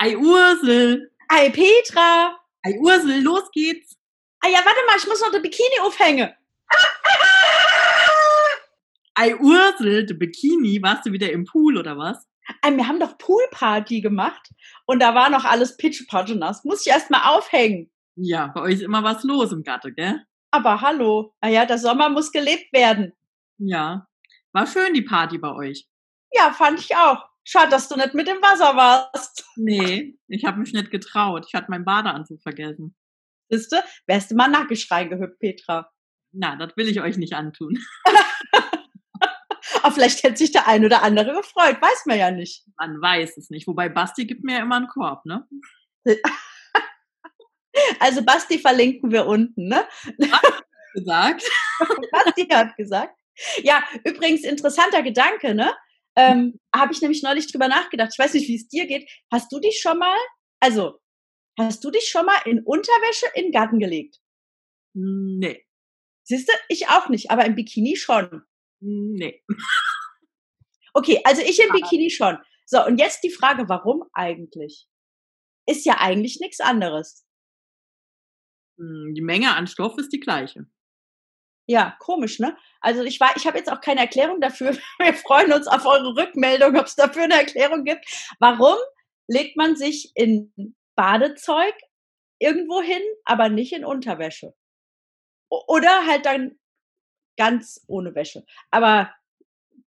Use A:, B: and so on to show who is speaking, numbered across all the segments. A: Ei Ursel,
B: Ei, Petra.
A: Ei Ursel, los geht's.
B: Ah ja, warte mal, ich muss noch den Bikini aufhängen.
A: Ei Ursel, de Bikini, warst du wieder im Pool oder was?
B: Ah, wir haben doch Poolparty gemacht und da war noch alles pitschpatsche nass. Muss ich erstmal aufhängen.
A: Ja, bei euch ist immer was los im Gatte, gell?
B: Aber hallo, naja, der Sommer muss gelebt werden.
A: Ja. War schön die Party bei euch.
B: Ja, fand ich auch. Schade, dass du nicht mit im Wasser warst.
A: Nee, ich habe mich nicht getraut. Ich hatte meinen Badeanzug vergessen.
B: Siehste, wärst du mal nackig reingehüpft, Petra.
A: Na, das will ich euch nicht antun.
B: Aber Ah, vielleicht hätte sich der ein oder andere gefreut, weiß man ja nicht.
A: Man weiß es nicht. Wobei Basti gibt mir ja immer einen Korb, ne?
B: Also Basti verlinken wir unten, ne?
A: Gesagt.
B: Basti hat gesagt. Ja, übrigens interessanter Gedanke, ne? Ähm, Habe ich nämlich neulich drüber nachgedacht. Ich weiß nicht, wie es dir geht. Hast du dich schon mal, also, hast du dich schon mal in Unterwäsche in den Garten gelegt?
A: Nee.
B: Siehst du, ich auch nicht, aber im Bikini schon.
A: Nee.
B: Okay, also ich im Bikini schon. So, und jetzt die Frage, warum eigentlich? Ist ja eigentlich nichts anderes.
A: Hm, Die Menge an Stoff ist die gleiche.
B: Ja, komisch, ne? Also ich war, ich habe jetzt auch keine Erklärung dafür. Wir freuen uns auf eure Rückmeldung, ob es dafür eine Erklärung gibt. Warum legt man sich in Badezeug irgendwo hin, aber nicht in Unterwäsche? O- Oder halt dann ganz ohne Wäsche. Aber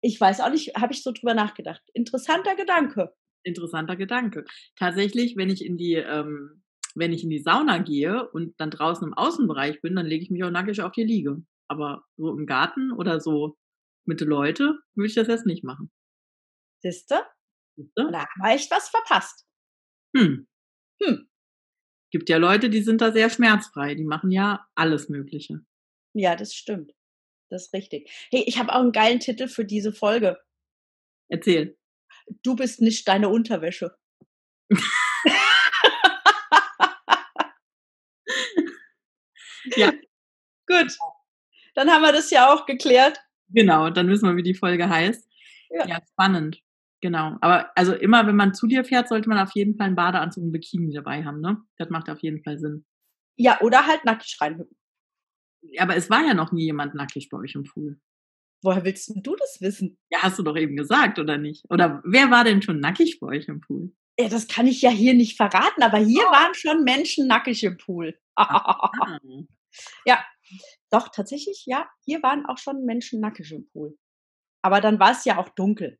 B: ich weiß auch nicht, habe ich so drüber nachgedacht. Interessanter Gedanke.
A: interessanter Gedanke. Tatsächlich, wenn ich in die, ähm, wenn ich in die Sauna gehe und dann draußen im Außenbereich bin, dann lege ich mich auch nackig auf die Liege. Aber so im Garten oder so mit den Leute würde ich das jetzt nicht machen.
B: Siehste?
A: Siehst du?
B: Da haben wir echt was verpasst.
A: Hm.
B: Hm.
A: Gibt ja Leute, die sind da sehr schmerzfrei. Die machen ja alles Mögliche.
B: Ja, das stimmt. Das ist richtig. Hey, ich habe auch einen geilen Titel für diese Folge.
A: Erzähl.
B: Du bist nicht deine Unterwäsche.
A: Ja.
B: Gut. Dann haben wir das ja auch geklärt.
A: Genau, dann wissen wir, wie die Folge heißt.
B: Ja.
A: Ja, spannend. Genau. Aber also immer, wenn man zu dir fährt, sollte man auf jeden Fall einen Badeanzug und einen Bikini dabei haben, ne? Das macht auf jeden Fall Sinn.
B: Ja, oder halt nackig reinhüpfen.
A: Aber es war ja noch nie jemand nackig bei euch im Pool.
B: Woher willst denn du das wissen?
A: Ja, hast du doch eben gesagt, oder nicht? Oder wer war denn schon nackig bei euch im Pool?
B: Ja, das kann ich ja hier nicht verraten, aber hier waren schon Menschen nackig im Pool.
A: Ah,
B: Doch, tatsächlich, ja, hier waren auch schon Menschen nackig im Pool. Aber dann war es ja auch dunkel.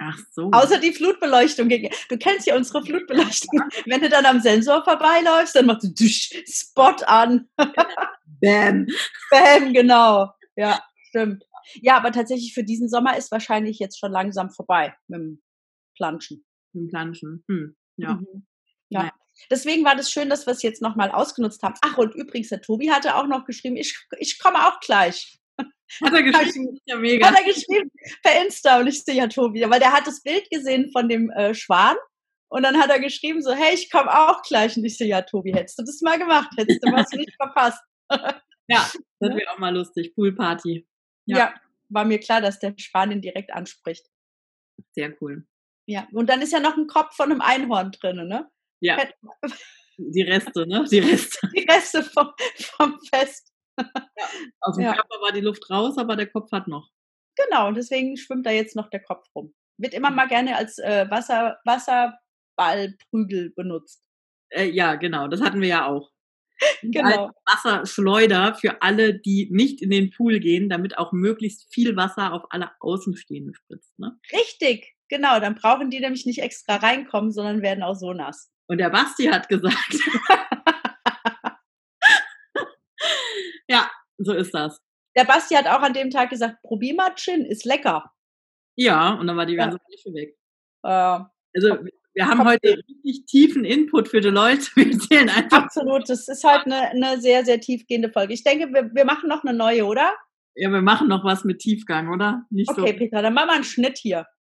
A: Ach so.
B: Außer die Flutbeleuchtung. ging- Du kennst ja unsere Flutbeleuchtung. Wenn du dann am Sensor vorbeiläufst, dann machst du tsch, Spot an.
A: Bam.
B: Bam, genau. Ja, stimmt. Ja, aber tatsächlich für diesen Sommer ist wahrscheinlich jetzt schon langsam vorbei mit dem Planschen.
A: Im Planschen. Hm. Ja.
B: Mhm. ja.
A: Ja.
B: Deswegen war das schön, dass wir es jetzt nochmal ausgenutzt haben. Ach, und übrigens, der Tobi hatte auch noch geschrieben, ich, ich komme auch gleich.
A: Hat er geschrieben, ist ja mega.
B: Hat er geschrieben per Insta und ich sehe ja Tobi, weil der hat das Bild gesehen von dem äh, Schwan und dann hat er geschrieben so, hey, ich komme auch gleich und ich sehe ja Tobi, hättest du das mal gemacht, hättest du was nicht verpasst.
A: Das wäre auch mal lustig. Poolparty.
B: Ja.
A: Ja.
B: war mir klar, dass der Schwan ihn direkt anspricht.
A: Sehr cool.
B: Ja, und dann ist ja noch ein Kopf von einem Einhorn drin, ne?
A: Ja. Die Reste, ne? Die Reste.
B: Die Reste vom, vom Fest.
A: Aus dem
B: Ja.
A: Körper war die Luft raus, aber der Kopf hat noch.
B: Genau, und deswegen schwimmt da jetzt noch der Kopf rum. Wird immer mal gerne als äh, Wasser, Wasserballprügel benutzt.
A: Äh, ja, genau. Das hatten wir ja auch. Als
B: Genau.
A: Wasserschleuder für alle, die nicht in den Pool gehen, damit auch möglichst viel Wasser auf alle Außenstehenden spritzt, ne?
B: Richtig, genau. Dann brauchen die nämlich nicht extra reinkommen, sondern werden auch so nass.
A: Und der Basti hat gesagt. ja, so ist das.
B: Der Basti hat auch an dem Tag gesagt, probier mal Gin, ist lecker.
A: Ja, und dann war die
B: Ja.
A: ganze Fläche weg.
B: Äh,
A: Also wir haben heute richtig tiefen Input für die Leute. Wir erzählen einfach.
B: absolut, das ist halt eine, eine sehr, sehr tiefgehende Folge. Ich denke, wir, wir machen noch eine neue, oder?
A: Ja, wir machen noch was mit Tiefgang, oder? Nicht
B: Okay, Petra, dann machen wir einen Schnitt hier.